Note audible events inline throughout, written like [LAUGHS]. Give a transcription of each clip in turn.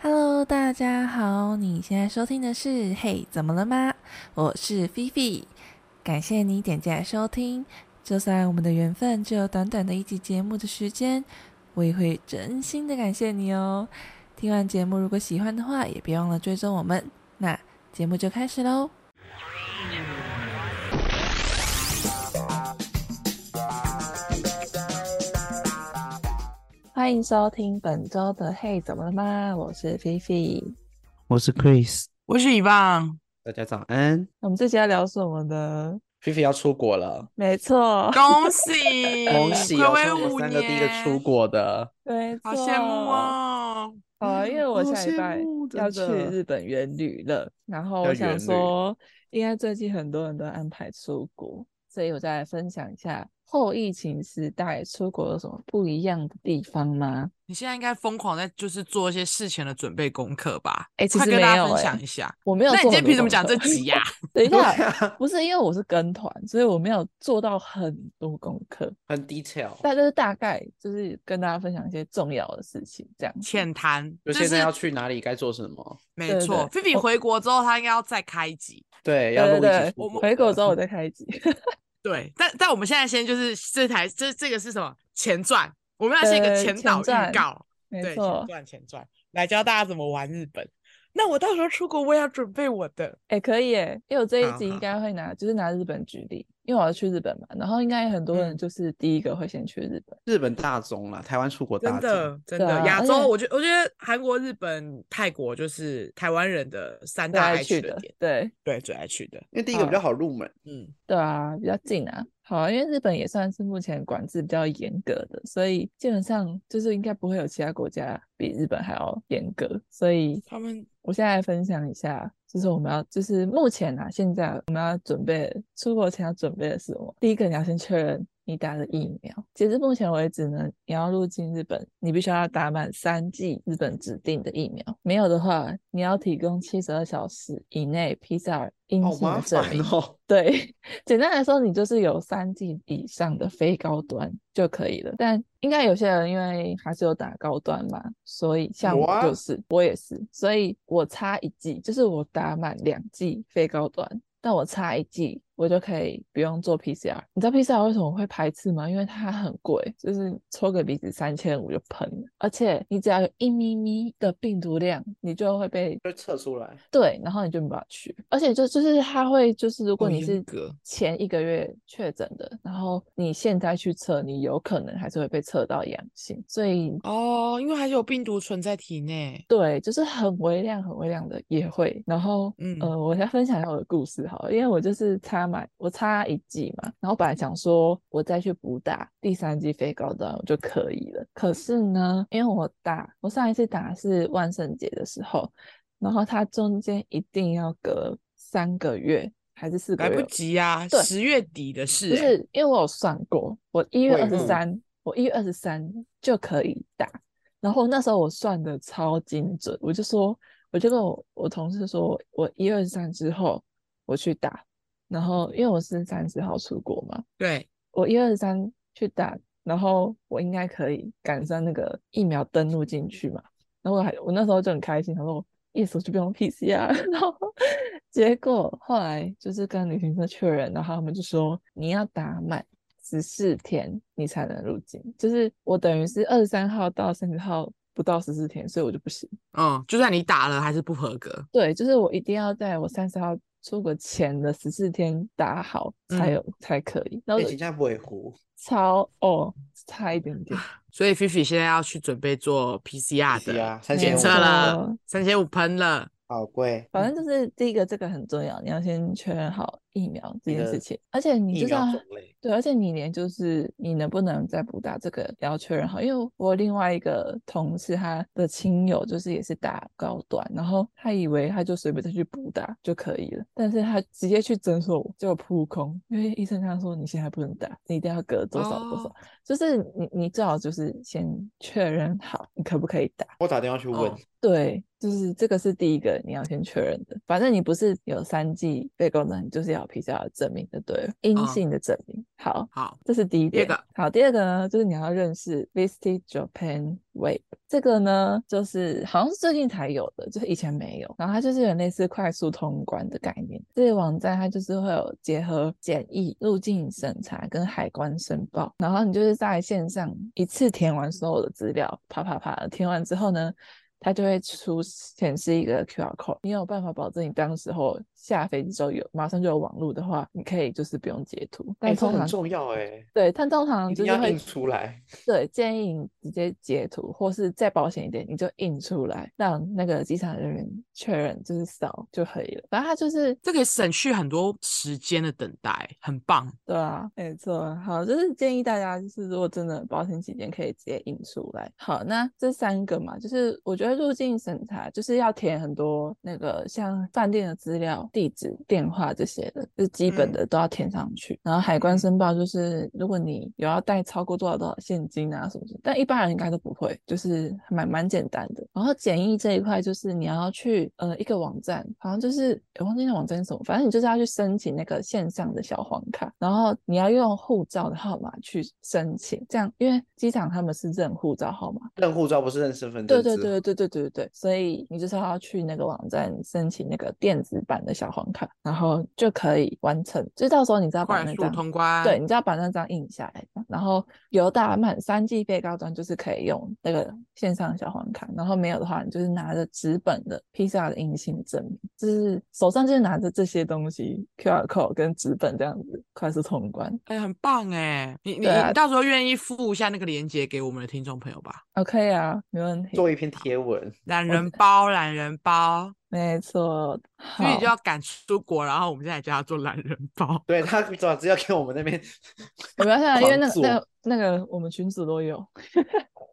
Hello，大家好，你现在收听的是《嘿，怎么了吗》？我是菲菲，感谢你点进来收听。就算我们的缘分只有短短的一集节目的时间，我也会真心的感谢你哦。听完节目，如果喜欢的话，也别忘了追踪我们。那节目就开始喽。欢迎收听本周的《嘿，怎么了吗》？我是菲菲。我是 Chris，我是以棒，大家早安，我们这集要聊什么呢？菲菲要出国了，没错， [LAUGHS] 恭 [LAUGHS] 哎喜恭喜暌哦，违是我五三个第一个出年，国的，没错，好羡慕！哦！好，呃因为我好下礼羡拜慕真要去的日本远旅了，然后要我想远旅说，应该最近很多人都安排出国，所以我再来分享一下后疫情时代出国有什么不一样的地方吗？你现在应该疯狂在就是做一些事前的准备功课吧？哎其快实跟大没家有分哎享一下。我没有那你做今很天多凭什功么讲课这集呀？ [LAUGHS] 等一对下，啊不是因为我是跟团，所以我没有做到很多功课， [LAUGHS] 很 detail，但就是大概就是跟大家分享一些重要的事情，这样子。浅 [LAUGHS] 谈，就就现在是要去哪里，该做什么，没对对错。菲菲我回国之后，她应该要再开一集。对，要对对录一集对出，国回国的之嗯后我再开一集。 [LAUGHS] 对，但但我们现在先就是这台这这个是什么前传？我们要先一个对前前导传预告，没对，错前，传前传，来教大家怎么玩日本。那我到时候出国，我也要准备我的。哎、可以哎，因为我这一好集应好该会拿，就是拿日本举例，因为我要去日本嘛，然后应该很多人嗯就是第一个会先去日本，日本大宗啦，台湾出国真大宗，的，真对的，啊亚而且洲，我觉我觉得韩国、日本、泰国就是台湾人的三最大爱爱去去的点，，对对，最爱去的。因为第一个比较啊好入门，嗯，对啊，比较近啊。好啊，因为日本也算是目前管制比较严格的，所以基本上就是应该不会有其他国家比日本还要严格，所以他们我现在来分享一下，就是我们要，就是目前啊，现在我们要准备出国前要准备的是什么？第一个，你要先确认你打的疫苗。截至目前为止呢，你要入境日本，你必须要打满三剂日本指定的疫苗，没有的话，你要提供七十二小时以内 PCR 阴好性麻啊的证烦明。哦，对， [LAUGHS] 简单来说，你就是有三剂以上的非高端就可以了。但应该有些人因为还是有打高端嘛，所以像有我就啊是，我也是，所以我差一剂，就是我打满两剂非高端，但我差一剂，我就可以不用做 PCR。你知道 PCR 为什么会排斥吗？因为它很贵，就是抽个鼻子三千五就喷了，而且你只要有一咪咪的病毒量，你就会被就测出来，对，然后你就没办法去，而且就就是他会就是，如果好你哦严是格前一个月确诊的，然后你现在去测，你有可能还是会被测到阳性，所以哦，因为还是有病毒存在体内。对，就是很微量、很微量的也会。然后，嗯呃，我先分享一下我的故事好了，因为我就是差满，我差一剂嘛，然后本来想说我再去补打第三剂非高端我就可以了。可是呢，因为我打我上一次打是万圣节的时候，然后它中间一定要隔三个月还是四个来月，哦不及啊！对十月底的事、就欸，是因为我有算过，我一月会二十入三，我一月二十三就可以打。然后那时候我算的超精准，我就说，我就跟我我同事说，我一月二十三之后我去打。然后因为我是三十号出国嘛，对，我一二三去打，然后我应该可以赶上那个疫苗登录进去嘛。然后我还我那时候就很开心，他说我 yes 我就不用 PCR，然 [LAUGHS] 后结果后来就是跟旅行社确认，然后他们就说你要打满十四天你才能入境，就是我等于是二十三号到三十号不到十四天，所以我就不行。嗯，就算你打了，还是不合格。对，就是我一定要在我三十号出国前的十四天打好才嗯有、才可以，然后哎，就新加坡也糊，超哦差一点点。所以菲菲现在要去准备做 PCR 的 PCR 三千检五测了哦，三千五喷了。好贵，反正就是第一个，这个很重要，你要先确认好疫苗这你件的事情，而且你疫知道苗，种类，对，而且你连就是你能不能再补打这个也要确认好，因为我另外一个同事他的亲友就是也是打高端，然后他以为他就随便再去补打就可以了，但是他直接去诊所就扑空，因为医生跟他说你现在不能打，你一定要隔多少多少，哦就是你你最好就是先确认好你可不可以打。我打电话去问哦，对，就是这个是第一个你要先确认的。反正你不是有三剂被公证，你就是要有 PCR 的证明，就对了，阴哦性的证明。好，好，这是第一第二点。个好，第二个呢，就是你要认识 Visit Japan Web 这个呢，就是好像是最近才有的，就是以前没有。然后它就是有类似快速通关的概念，这个网站它就是会有结合检疫、入境审查跟海关申报，然后你就是在线上一次填完所有的资料，啪啪啪地填完之后呢。它就会出显示一个 QR code，你有办法保证你当时候下飞机之后有马上就有网络的话，你可以就是不用截图。但哎，这通常很重要哎，对，但通常一就定是要会印出来。 [LAUGHS] 对建议你直接截图，或是再保险一点，你就印出来，让那个机场人员确认，就是扫就可以了。反正他就是这可以省去很多时间的等待，很棒。对啊，没错。好，就是建议大家，就是如果真的保险起见，可以直接印出来。好，那这三个嘛，就是我觉得入境审查就是要填很多那个像饭店的资料、地址、电话这些的，就是基本嗯的都要填上去。然后海关嗯申报就是，如果你有要带超过多少多少现金啊什么的，但一般人应该都不会，就是蛮蛮简单的。然后简易这一块就是你要去呃一个网站，好像就是我忘记那网站是什么，反正你就是要去申请那个线上的小黄卡，然后你要用护照的号码去申请，这样因为机场他们是认护照号码，认护照不是认身份对对证字号对对对对对，所以你就是要去那个网站申请那个电子版的小黄卡，然后就可以完成。就是到时候你只要把快那速张，通关，对，你只要把那张印下来，然后有打满三 G 被告端就是可以用那个线上小黄卡，然后没有的话，你就是拿着纸本的 PCR 的阴性证明，就是手上就是拿着这些东西 QR code 跟纸本这样子快速通关。哎、很棒哎！你你、对啊你到时候愿意附一下那个链接给我们的听众朋友吧？ OK 啊，没问题，做一篇贴文，懒人包，懒人包，没错。所以好就，要赶出国，然后我们现在叫他做懒人包。对他 [LAUGHS] 早知要给我们那边我不要下来，因为那个狂那做个那个我们群组都有。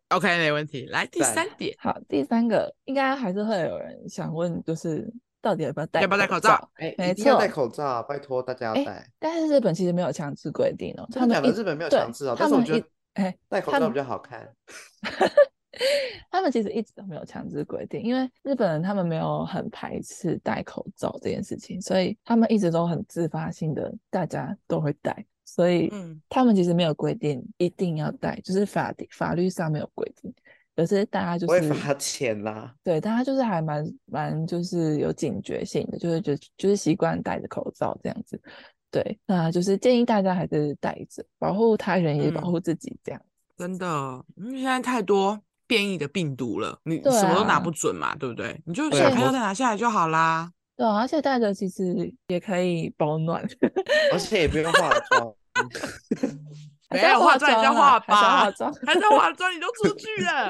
OK，没问题。来第赞三点，好，第三个应该还是会有人想问，就是到底要不要戴要不要戴口罩罩？哎，没一定要戴错口罩啊，拜托大家哎要戴。但是日本其实没有强制规定哦，真他们的假的？一日本没有对强制啊，他但是我们觉一得哎，戴口他罩们比较好看。他们其实一直都没有强制规定，因为日本人他们没有很排斥戴口罩这件事情，所以他们一直都很自发性的，大家都会戴，所以嗯，他们其实没有规定一定要戴，就是法定法律上没有规定，可是大家就不会是罚钱啦，对，但他就是还蛮蛮就是有警觉性的，就是就就是习惯戴着口罩这样子。对，那就是建议大家还是戴着，保护他人也保嗯护自己这样。真的，因为现在太多变异的病毒了，你对什么都拿啊不准嘛，对不对？你就对小啊朋友我再拿下来就 [LAUGHS] 好啦。对啊、而且戴着其实也可以保暖。而且也不用化妆。还没是要有化妆还是要啊还化是要吧化妆，还在化妆，你都出去了，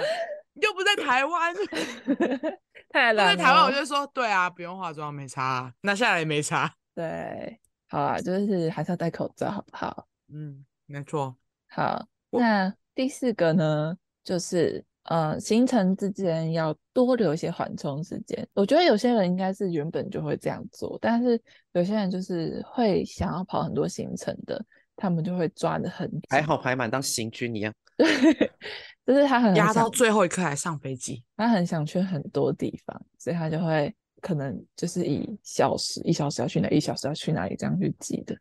你又不在台湾。 [LAUGHS] 太在懒台湾，我了就说，对啊，不用化妆，没差啊，拿下来也没差。对，好啊，就是还是要戴口罩，好不好？嗯，没错。好，我那第四个呢，就是呃，行程之间要多留一些缓冲时间。我觉得有些人应该是原本就会这样做，但是有些人就是会想要跑很多行程的，他们就会抓得很紧， [LAUGHS] 排好排满，当行军一样。就是他很嗯压想到最后一刻还上飞机，他很想去很多地方，所以他就会可能就是以小时一小时要去哪，一小时要去哪里这样去记的。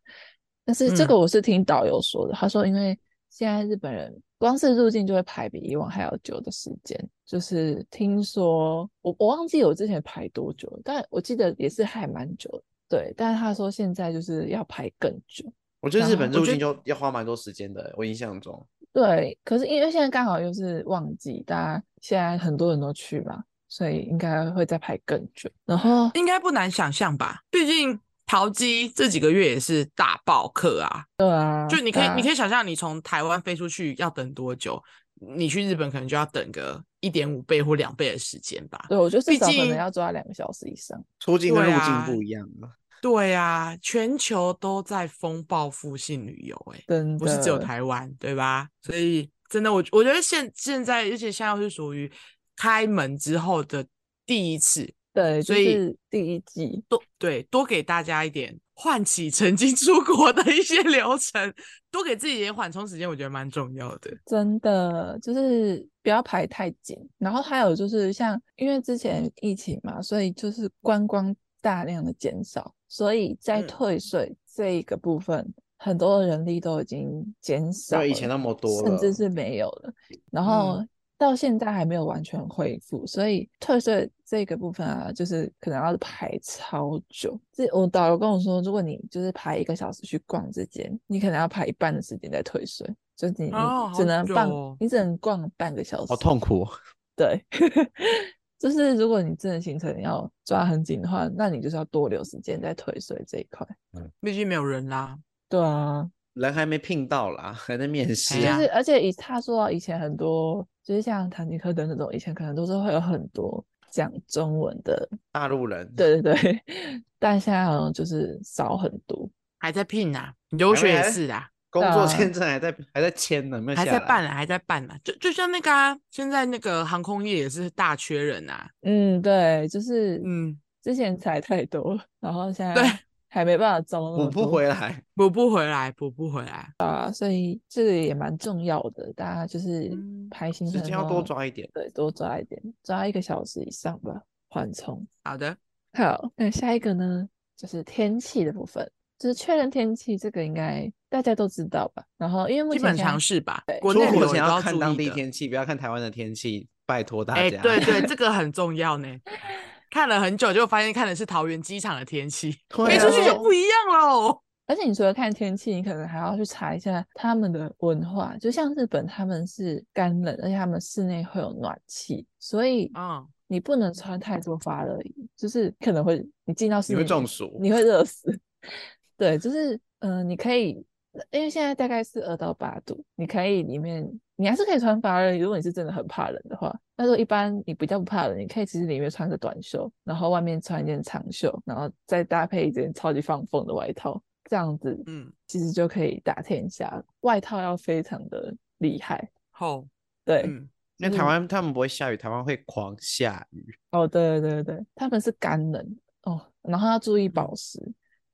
但是这嗯个我是听导游说的，他说因为现在日本人光是入境就会排比以往还要久的时间，就是听说我我忘记我之前排多久了，但我记得也是还蛮久的。对，但是他说现在就是要排更久。我觉得日然本后我入觉境就要花蛮多时间的，我印象中。对，可是因为现在刚好又是旺季，大家现在很多人都去嘛，所以应该会再排更久。然 [LAUGHS] 后应该不难想象吧？毕竟淘机这几个月也是大爆客啊，对啊，就你可以，你可以，以想象你从台湾飞出去要等多久，你去日本可能就要等个一点五倍或两倍的时间吧。对我觉得至毕少可能竟要抓两个小时以上。出境跟对入啊境不一样啊，对啊，全球都在风暴复性旅游、欸，真不是只有的台湾，对吧？所以真的，我我觉得现现在，而且现在又是属于开门之后的第一次，对，所就以是第一季，多对多给大家一点唤起曾经出国的一 [LAUGHS] 些流程，多给自己一点缓冲时间，我觉得蛮重要的。真的就是不要排太紧。然后还有就是像，因为之前疫情嘛，所以就是观光大量的减少，所以在嗯退税这一个部分，很多的人力都已经减少了，没有以前那么多甚了，至是没有了。然后到现在还没有完全恢复，所以退税这个部分啊，就是可能要排超久。这我导游跟我说，如果你就是排一个小时去逛这间，你可能要排一半的时间在退税，就是你、哦你只好能半，久哦你只能逛半个小时，好痛苦哦。对， [LAUGHS] 就是如果你真的行程要抓很紧的话，那你就是要多留时间在退税这一块。毕竟没有人啦。对啊，人还没聘到啦，还在面哎试就呀啊。是而且以他说啊到以前很多，就是像唐吉诃德那种，以前可能都是会有很多讲中文的，大陆人，，对对对， [LAUGHS] 但现在好像就是少很多。还在聘啊，留还学也还是啊，工对啊作签证还在还在签呢，没有还下在来办啊，还在办啊。就就像那个啊，现在那个航空业也是大缺人啊。嗯，对，就是嗯，之前裁太多了，然后现对在还没办法招那补么不多回来。补不回来，补不回来。啊，所以这个也蛮重要的，大家就是嗯排行时程间要的多话抓一点。对，多抓一点，抓一个小时以上吧，缓冲。好的，好，那下一个呢，就是天气的部分，就是确认天气，这个应该大家都知道吧？然后因为目基前本现在常识吧。国出内旅国游也前都要注看意当地的。天气，不要看台湾的天气，拜托大哎、家。对 [LAUGHS] 对，这个很重要呢。看了很久，就发现看的是桃园机场的天气，对飞啊出去就不一样哦喽。而且你除了看天气，你可能还要去查一下他们的文化，就像日本他们是干冷，而且他们室内会有暖气，所以嗯，你不能穿太多发热衣，就是可能会你进到室你会里面中暑 [LAUGHS] 你会热死。对，就是嗯、呃你可以，因为现在大概是二到八度，你可以里面你还是可以穿发热衣，如果你是真的很怕冷的话。那如果一般你比较不怕冷，你可以其实里面穿着短袖，然后外面穿一件长袖，然后再搭配一件超级放风的外套，这样子嗯，其实就可以打天下了。外套要非常的厉害，好，对，嗯，因为嗯台湾他们不会下雨，台湾会狂下雨。哦，对对对，他们是干冷哦，然后要注嗯意保湿，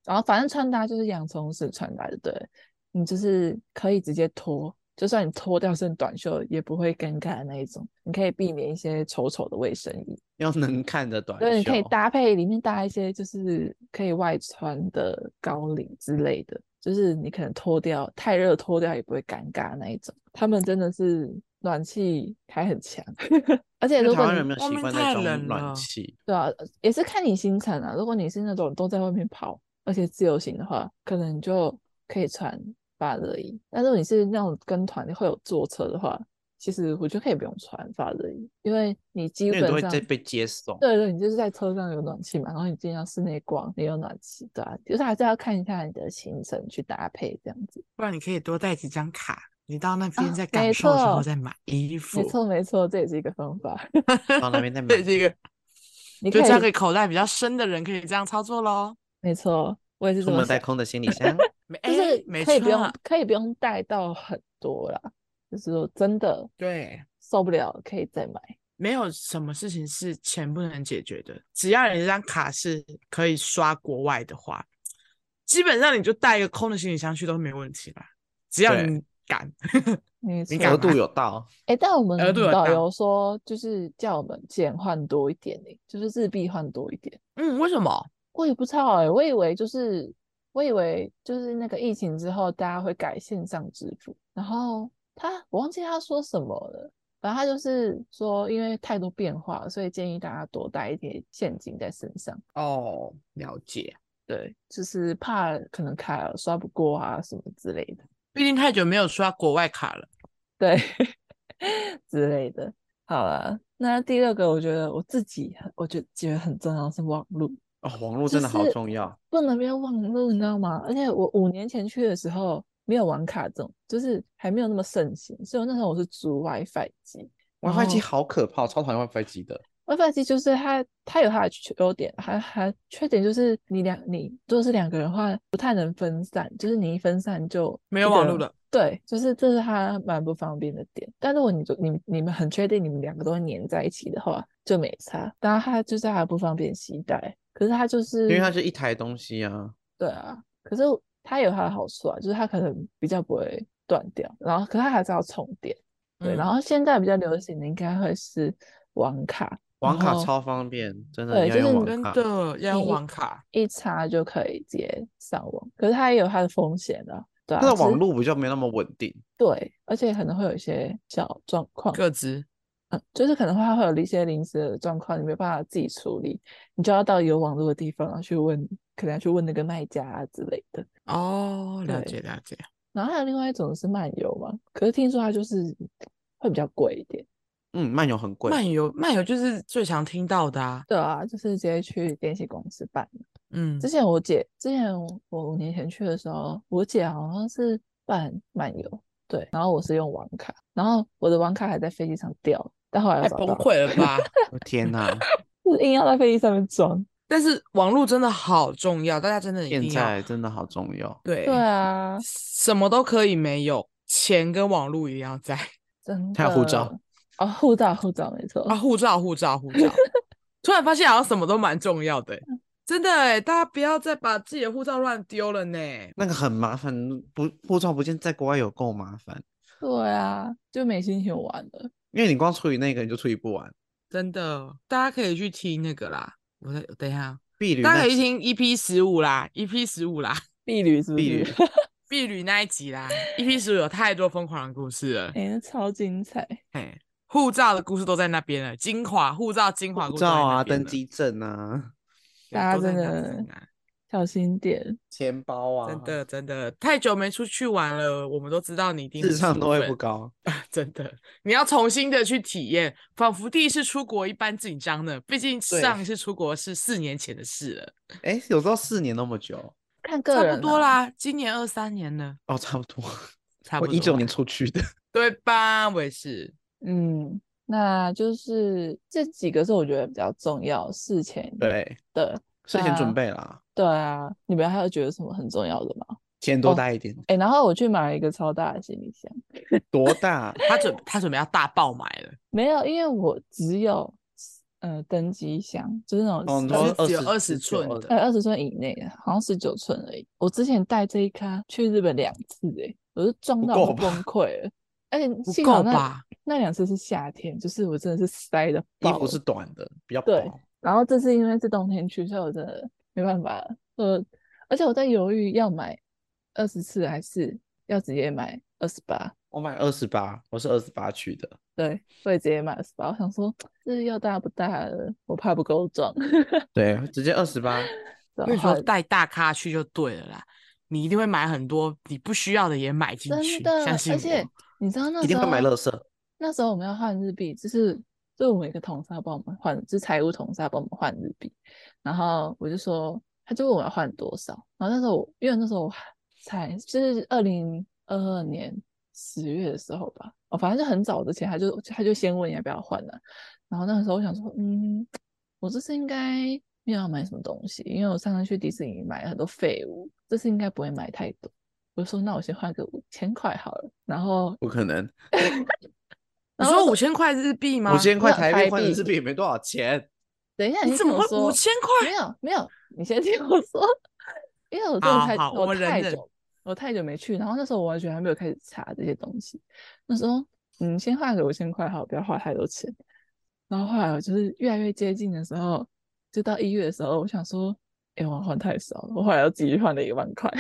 然后反正穿搭就是洋葱式穿搭就对了，你就是可以直接脱，就算你脱掉剩短袖也不会尴尬的那一种，你可以避免一些丑丑的卫生衣，要能看的短袖，对，你可以搭配里面搭一些就是可以外穿的高领之类的，就是你可能脱掉太热脱掉也不会尴尬的那一种，他们真的是暖气还很强， [LAUGHS] 而且因为如台果湾你人没有外习面惯太在冷装暖了气，对啊，呃也是看你行程啊。如果你是那种都在外面跑，而且自由行的话，可能就可以穿发热衣。但如果你是那种跟团会有坐车的话，其实我觉得可以不用穿发热衣，因为你基因为你都本会上在被接送。对对，你就是在车上有暖气嘛，然后你进到室内逛也有暖气，对啊，就是还是要看一下你的行程去搭配这样子。不然你可以多带几张卡，你到那啊边再没感受的时候错再买衣服没。错没错，这也是一个方法。 [LAUGHS] [LAUGHS] 到那边再对，买这个你就可交以给口袋比较深的人可以这样操作喽。没错，我也是这出么门带想。空的行李箱，没，就哎是没可以不用错，可以不用带到很多啦，就是说真的对，受不了可以再买。没有什么事情是钱不能解决的。只要你这张卡是可以刷国外的话，基本上你就带一个空的行李箱去都没问题啦。只要对你敢，没 [LAUGHS] 你错额度有到，哎、但我们额度有导到游说就是叫我们钱换多一点呢、就是日币换多一点。嗯，为什么？我也不知道哎、我以为就是我以为就是那个疫情之后大家会改线上支付，然后他我忘记他说什么了。反正他就是说，因为太多变化了，所以建议大家多带一点现金在身上。哦，了解。对，就是怕可能卡刷不过啊什么之类的，毕竟太久没有刷国外卡了，对 [LAUGHS] 之类的。好了，那第二个我觉得我自己很我觉得觉得很重要是网络，哦，网络就真的好是重要。不能没有网络，你知道吗？而且我五年前去的时候没有网卡这种，就是还没有那么盛行，所以我那时候我是租 WiFi 机。然 WiFi 机后好可怕，我超讨厌 WiFi 机的。 WiFi 机就是它，它有它的优点，还还缺点就是你两你如果是两个人的话，不太能分散，就是你一分散就没有一个网人络了。对，就是这是它蛮不方便的点。但如果你就你你们很确定你们两个都会黏在一起的话，就没差。当然它就是它不方便携带，可是它就是因为它是一台东西啊，对啊，可是它有它的好处啊，就是它可能比较不会断掉，然后可它还是要充电。对，嗯然后现在比较流行的应该会是网卡，网然卡后超方便，真的对你要就是用你网真卡。的要用你网卡，嗯啊一插就可以直接上网，可是它也有它的风险的、对啊，它的只是网络比较没那么稳定，对，而且可能会有一些小状况，各自嗯，就是可能会会有一些临时的状况，你没办法自己处理，你就要到有网络的地方，然后去问，可能要去问那个卖家啊之类的。哦，了对解了解。然后还有另外一种是漫游嘛，可是听说它就是会比较贵一点。嗯，漫游很贵，漫游漫游就是最常听到的啊，对啊，就是直接去电信公司办。嗯之，前我姐，之前我我五年前去的时候，我姐好像是办漫游，对，然后我是用网卡，然后我的网卡还在飞机上掉，但后来太我找崩到了，溃了吧？ [LAUGHS] 我天哪！就是硬要在飞机上面装。但是网络真的好重要，大家真的一现定要在真的好重要，对对啊，什么都可以没有，钱跟网络一定要在真的。还有护照哦，护照护照没错。啊，护照护照护 [LAUGHS] 照。突然发现好像什么都蛮重要的欸、嗯真的哎、大家不要再把自己的护照乱丢了呢。那个很麻烦，不护照不见在国外有够麻烦，对啊，就没心情玩了。因为你光处理那个你就处理不完。真的，大家可以去听那个啦。我在等一下，避旅大家那可以集听 EP 十五啦，EP 十五啦，避旅是不避旅是？婢女那一集啦，EP 十五有太多疯狂的故事了。哎、那超精彩。嘿，护照的故事都在那边了，精华护照精华护故事都在照那啊、边登了，机证啊、对大家都在真那的都在那小心点，钱包啊，真的真的太久没出去玩了，我们都知道你一定智很商兴都会奋不高。真的，你要重新的去体验，仿佛第一次出国一般紧张呢。毕竟对上一次出国是四年前的事了，哎，有时候四年那么久看个人、啊差不多。啦，今年二三年了，哦，差不多。差不我多。一九年，出去的，对吧？我也是。嗯，那就是这几个是我觉得比较重要事情。对，的，事先那准备啦，对啊，你们还有觉得什么很重要的吗？钱哦多带一点，哎、然后我去买了一个超大的行李箱，多大？他准他准备要大爆买了，没有，因为我只有呃登机箱，就是那哦，种你呃、说是只有二20寸的呃二十寸以内的，好像十九寸而已。我之前带这一咖去日本两次、欸，我就撞不到我够崩吧溃了。而且不幸好够那吧？那两次是夏天，就是我真的是塞的衣爆服了是短的，比较对薄。然后这次因为是冬天去，所以我真的没办法了。呃，而且我在犹豫要买二十四还是要直接买二十八。我买二十八，我是二十八去的，对，我也直接买二十八。我想说，这要大不大了，我怕不够 [LAUGHS] 壮。对，直接二十八。对我跟你后说，来带大咖去就对了啦，你一定会买很多你不需要的也买进真，去的，相信而且我。你知道那一时定候会买乐色，那时候我们要换日币，就是就是我们有一个同事要帮我们换，就是财务同事要帮我们换日币，然后我就说，他就问我要换多少，然后那时候我因为那时候我才就是二零二二年十月的时候吧，哦，反正就很早之前，他就他就先问你要不要换了、然后那个时候我想说，嗯，我这次应该没有要买什么东西，因为我上次去迪士尼买了很多废物，这次应该不会买太多。我就说，那我先换个五千块好了。然后，不可能。你然后说我五千块日币吗？五千块那台台币换币日币也没多少钱，等一下，你先怎么听我会说五千块？没有没有，你先听我说，因为我真的好太啊好我我们忍太忍久我太久没去，然后那时候我完全还没有开始查这些东西。那时候嗯，先花个五千块好，不要花太多钱。然后后来我就是越来越接近的时候，就到一月的时候，我想说，哎、我换太少了，我后来又继续换了一万块。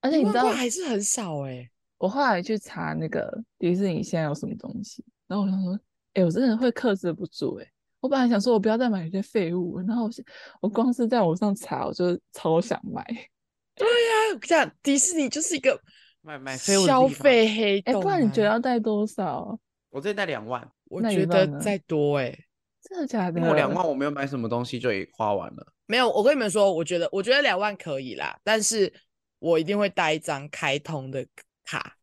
而且一你知道万块，还是很少哎、我后来去查那个迪士尼现在有什么东西，然后我想说，哎、我真的会克制不住哎、我本来想说我不要再买一些废物，然后我是我光是在网上查，我就超想买。哎，我跟你讲迪士尼就是一个买买废物的消地方。费黑哎、洞、啊不然你觉得？要带多少？我这带两万，我那一觉半得呢再多哎、真的假因的？为我两万我没有买什么东西就也花完了。没有，我跟你们说，我觉得我觉得两万可以啦，但是我一定会带一张开通的卡，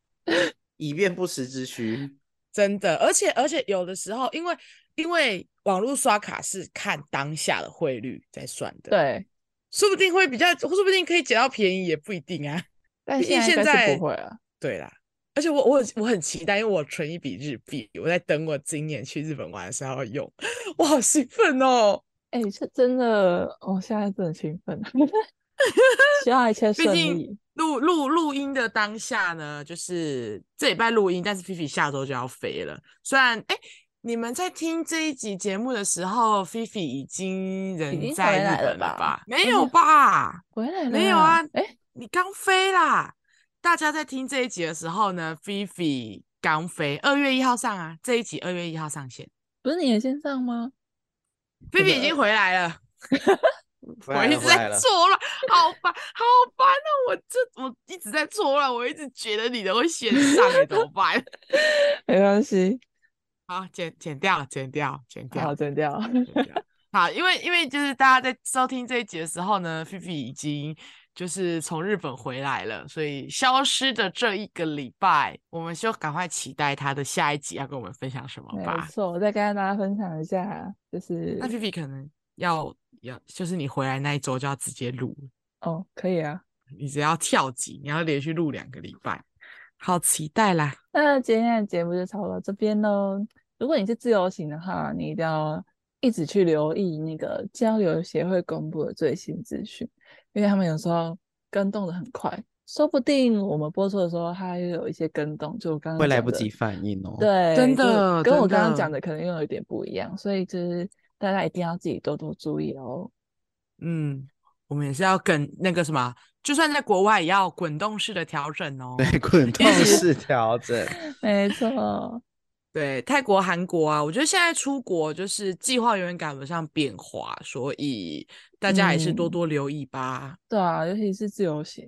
以便不时之需。真的。而且而且有的时候，因为因为网络刷卡是看当下的汇率在算的，，对，说不定会比较，说不定可以捡到便宜，也不一定啊。 [LAUGHS] 但毕竟现在应现该是在不会啊。对啦，而且我我很我很期待，因为我存一笔日币，我在等我今年去日本玩的时候要用， [LAUGHS] 我好兴奋哦。哎、是真的，我、现在真的兴 [LAUGHS] 奋，希望一切毕顺竟利。录录录音的当下呢，就是这礼拜录音，但是菲菲下周就要飞了。虽然哎、你们在听这一集节目的时候，菲菲已经人经在回日来了本了吧没而有且吧？回来了没有啊哎、你刚飞啦！大家在听这一集的时候呢菲菲刚飞，二月一号上啊，这一集二月一号上线。不是你也先上吗？菲我菲的已经回来了，回嗯我来一了直回来在了，错乱，好烦，好烦啊！我这我一直在错乱，我一直觉得你都会先上、欸，怎么办？没关系，好，啊剪剪掉，剪掉，剪掉好，。剪掉。对 [LAUGHS] 啊好，因为因为就是大家在收听这一集的时候呢，菲菲已经就是从日本回来了，所以消失的这一个礼拜，我们就赶快期待她的下一集要跟我们分享什么没吧。错，我再跟大家分享一下，就是那菲菲可能要要，就是你回来那一周就要直接录，哦，可以啊。你只要跳级，你要连续录两个礼拜，好期待啦！那今天的节目就差不多到这边喽。如果你是自由行的话，你一定要一直去留意那个交流协会公布的最新资讯，因为他们有时候跟动的很快，说不定我们播出的时候它又有一些跟动，就我刚刚会来讲不的及反应哦。，对，真就是的跟我真刚刚的讲的可能又有点不一样，所以就是大家一定要自己多多注意哦。嗯，我们也是要跟那个什么，就算在国外也要滚动式的调整哦。对，滚动式调整，嗯没错，对，泰国、韩国啊，我觉得现在出国就是计划永远赶不上变化，所以大家也是多嗯多留意吧。对啊，尤其是自由行，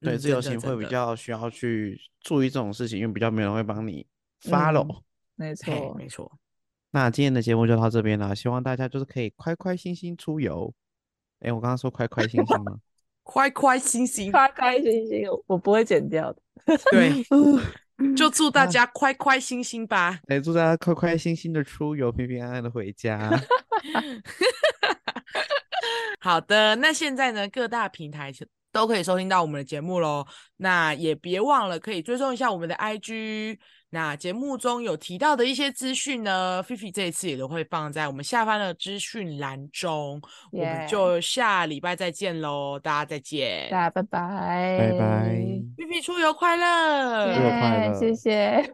对，嗯自由真行的会真比的较需要去注意这种事情，因为比较没有人会帮你嗯 follow。没嘿错，没错， [LAUGHS] 那今天的节目就到这边了，希望大家就是可以快快心心出游。哎，我刚刚说快快心心 [LAUGHS] 吗？快快心心，开开心心，我不会剪掉的。对，呃就祝大家快快心心吧。哎，祝大家快快心心的出游，平平安安的回 [LAUGHS] 家。好的，那现在呢，各大平台是都可以收听到我们的节目喽。那也别忘了可以追踪一下我们的 IG。那节目中有提到的一些资讯呢，菲菲这一次也都会放在我们下方的资讯栏中。我们 Yeah 就下礼拜再见喽，大家再见，大家拜拜，拜拜。哎菲菲出游快乐日快耶乐谢谢。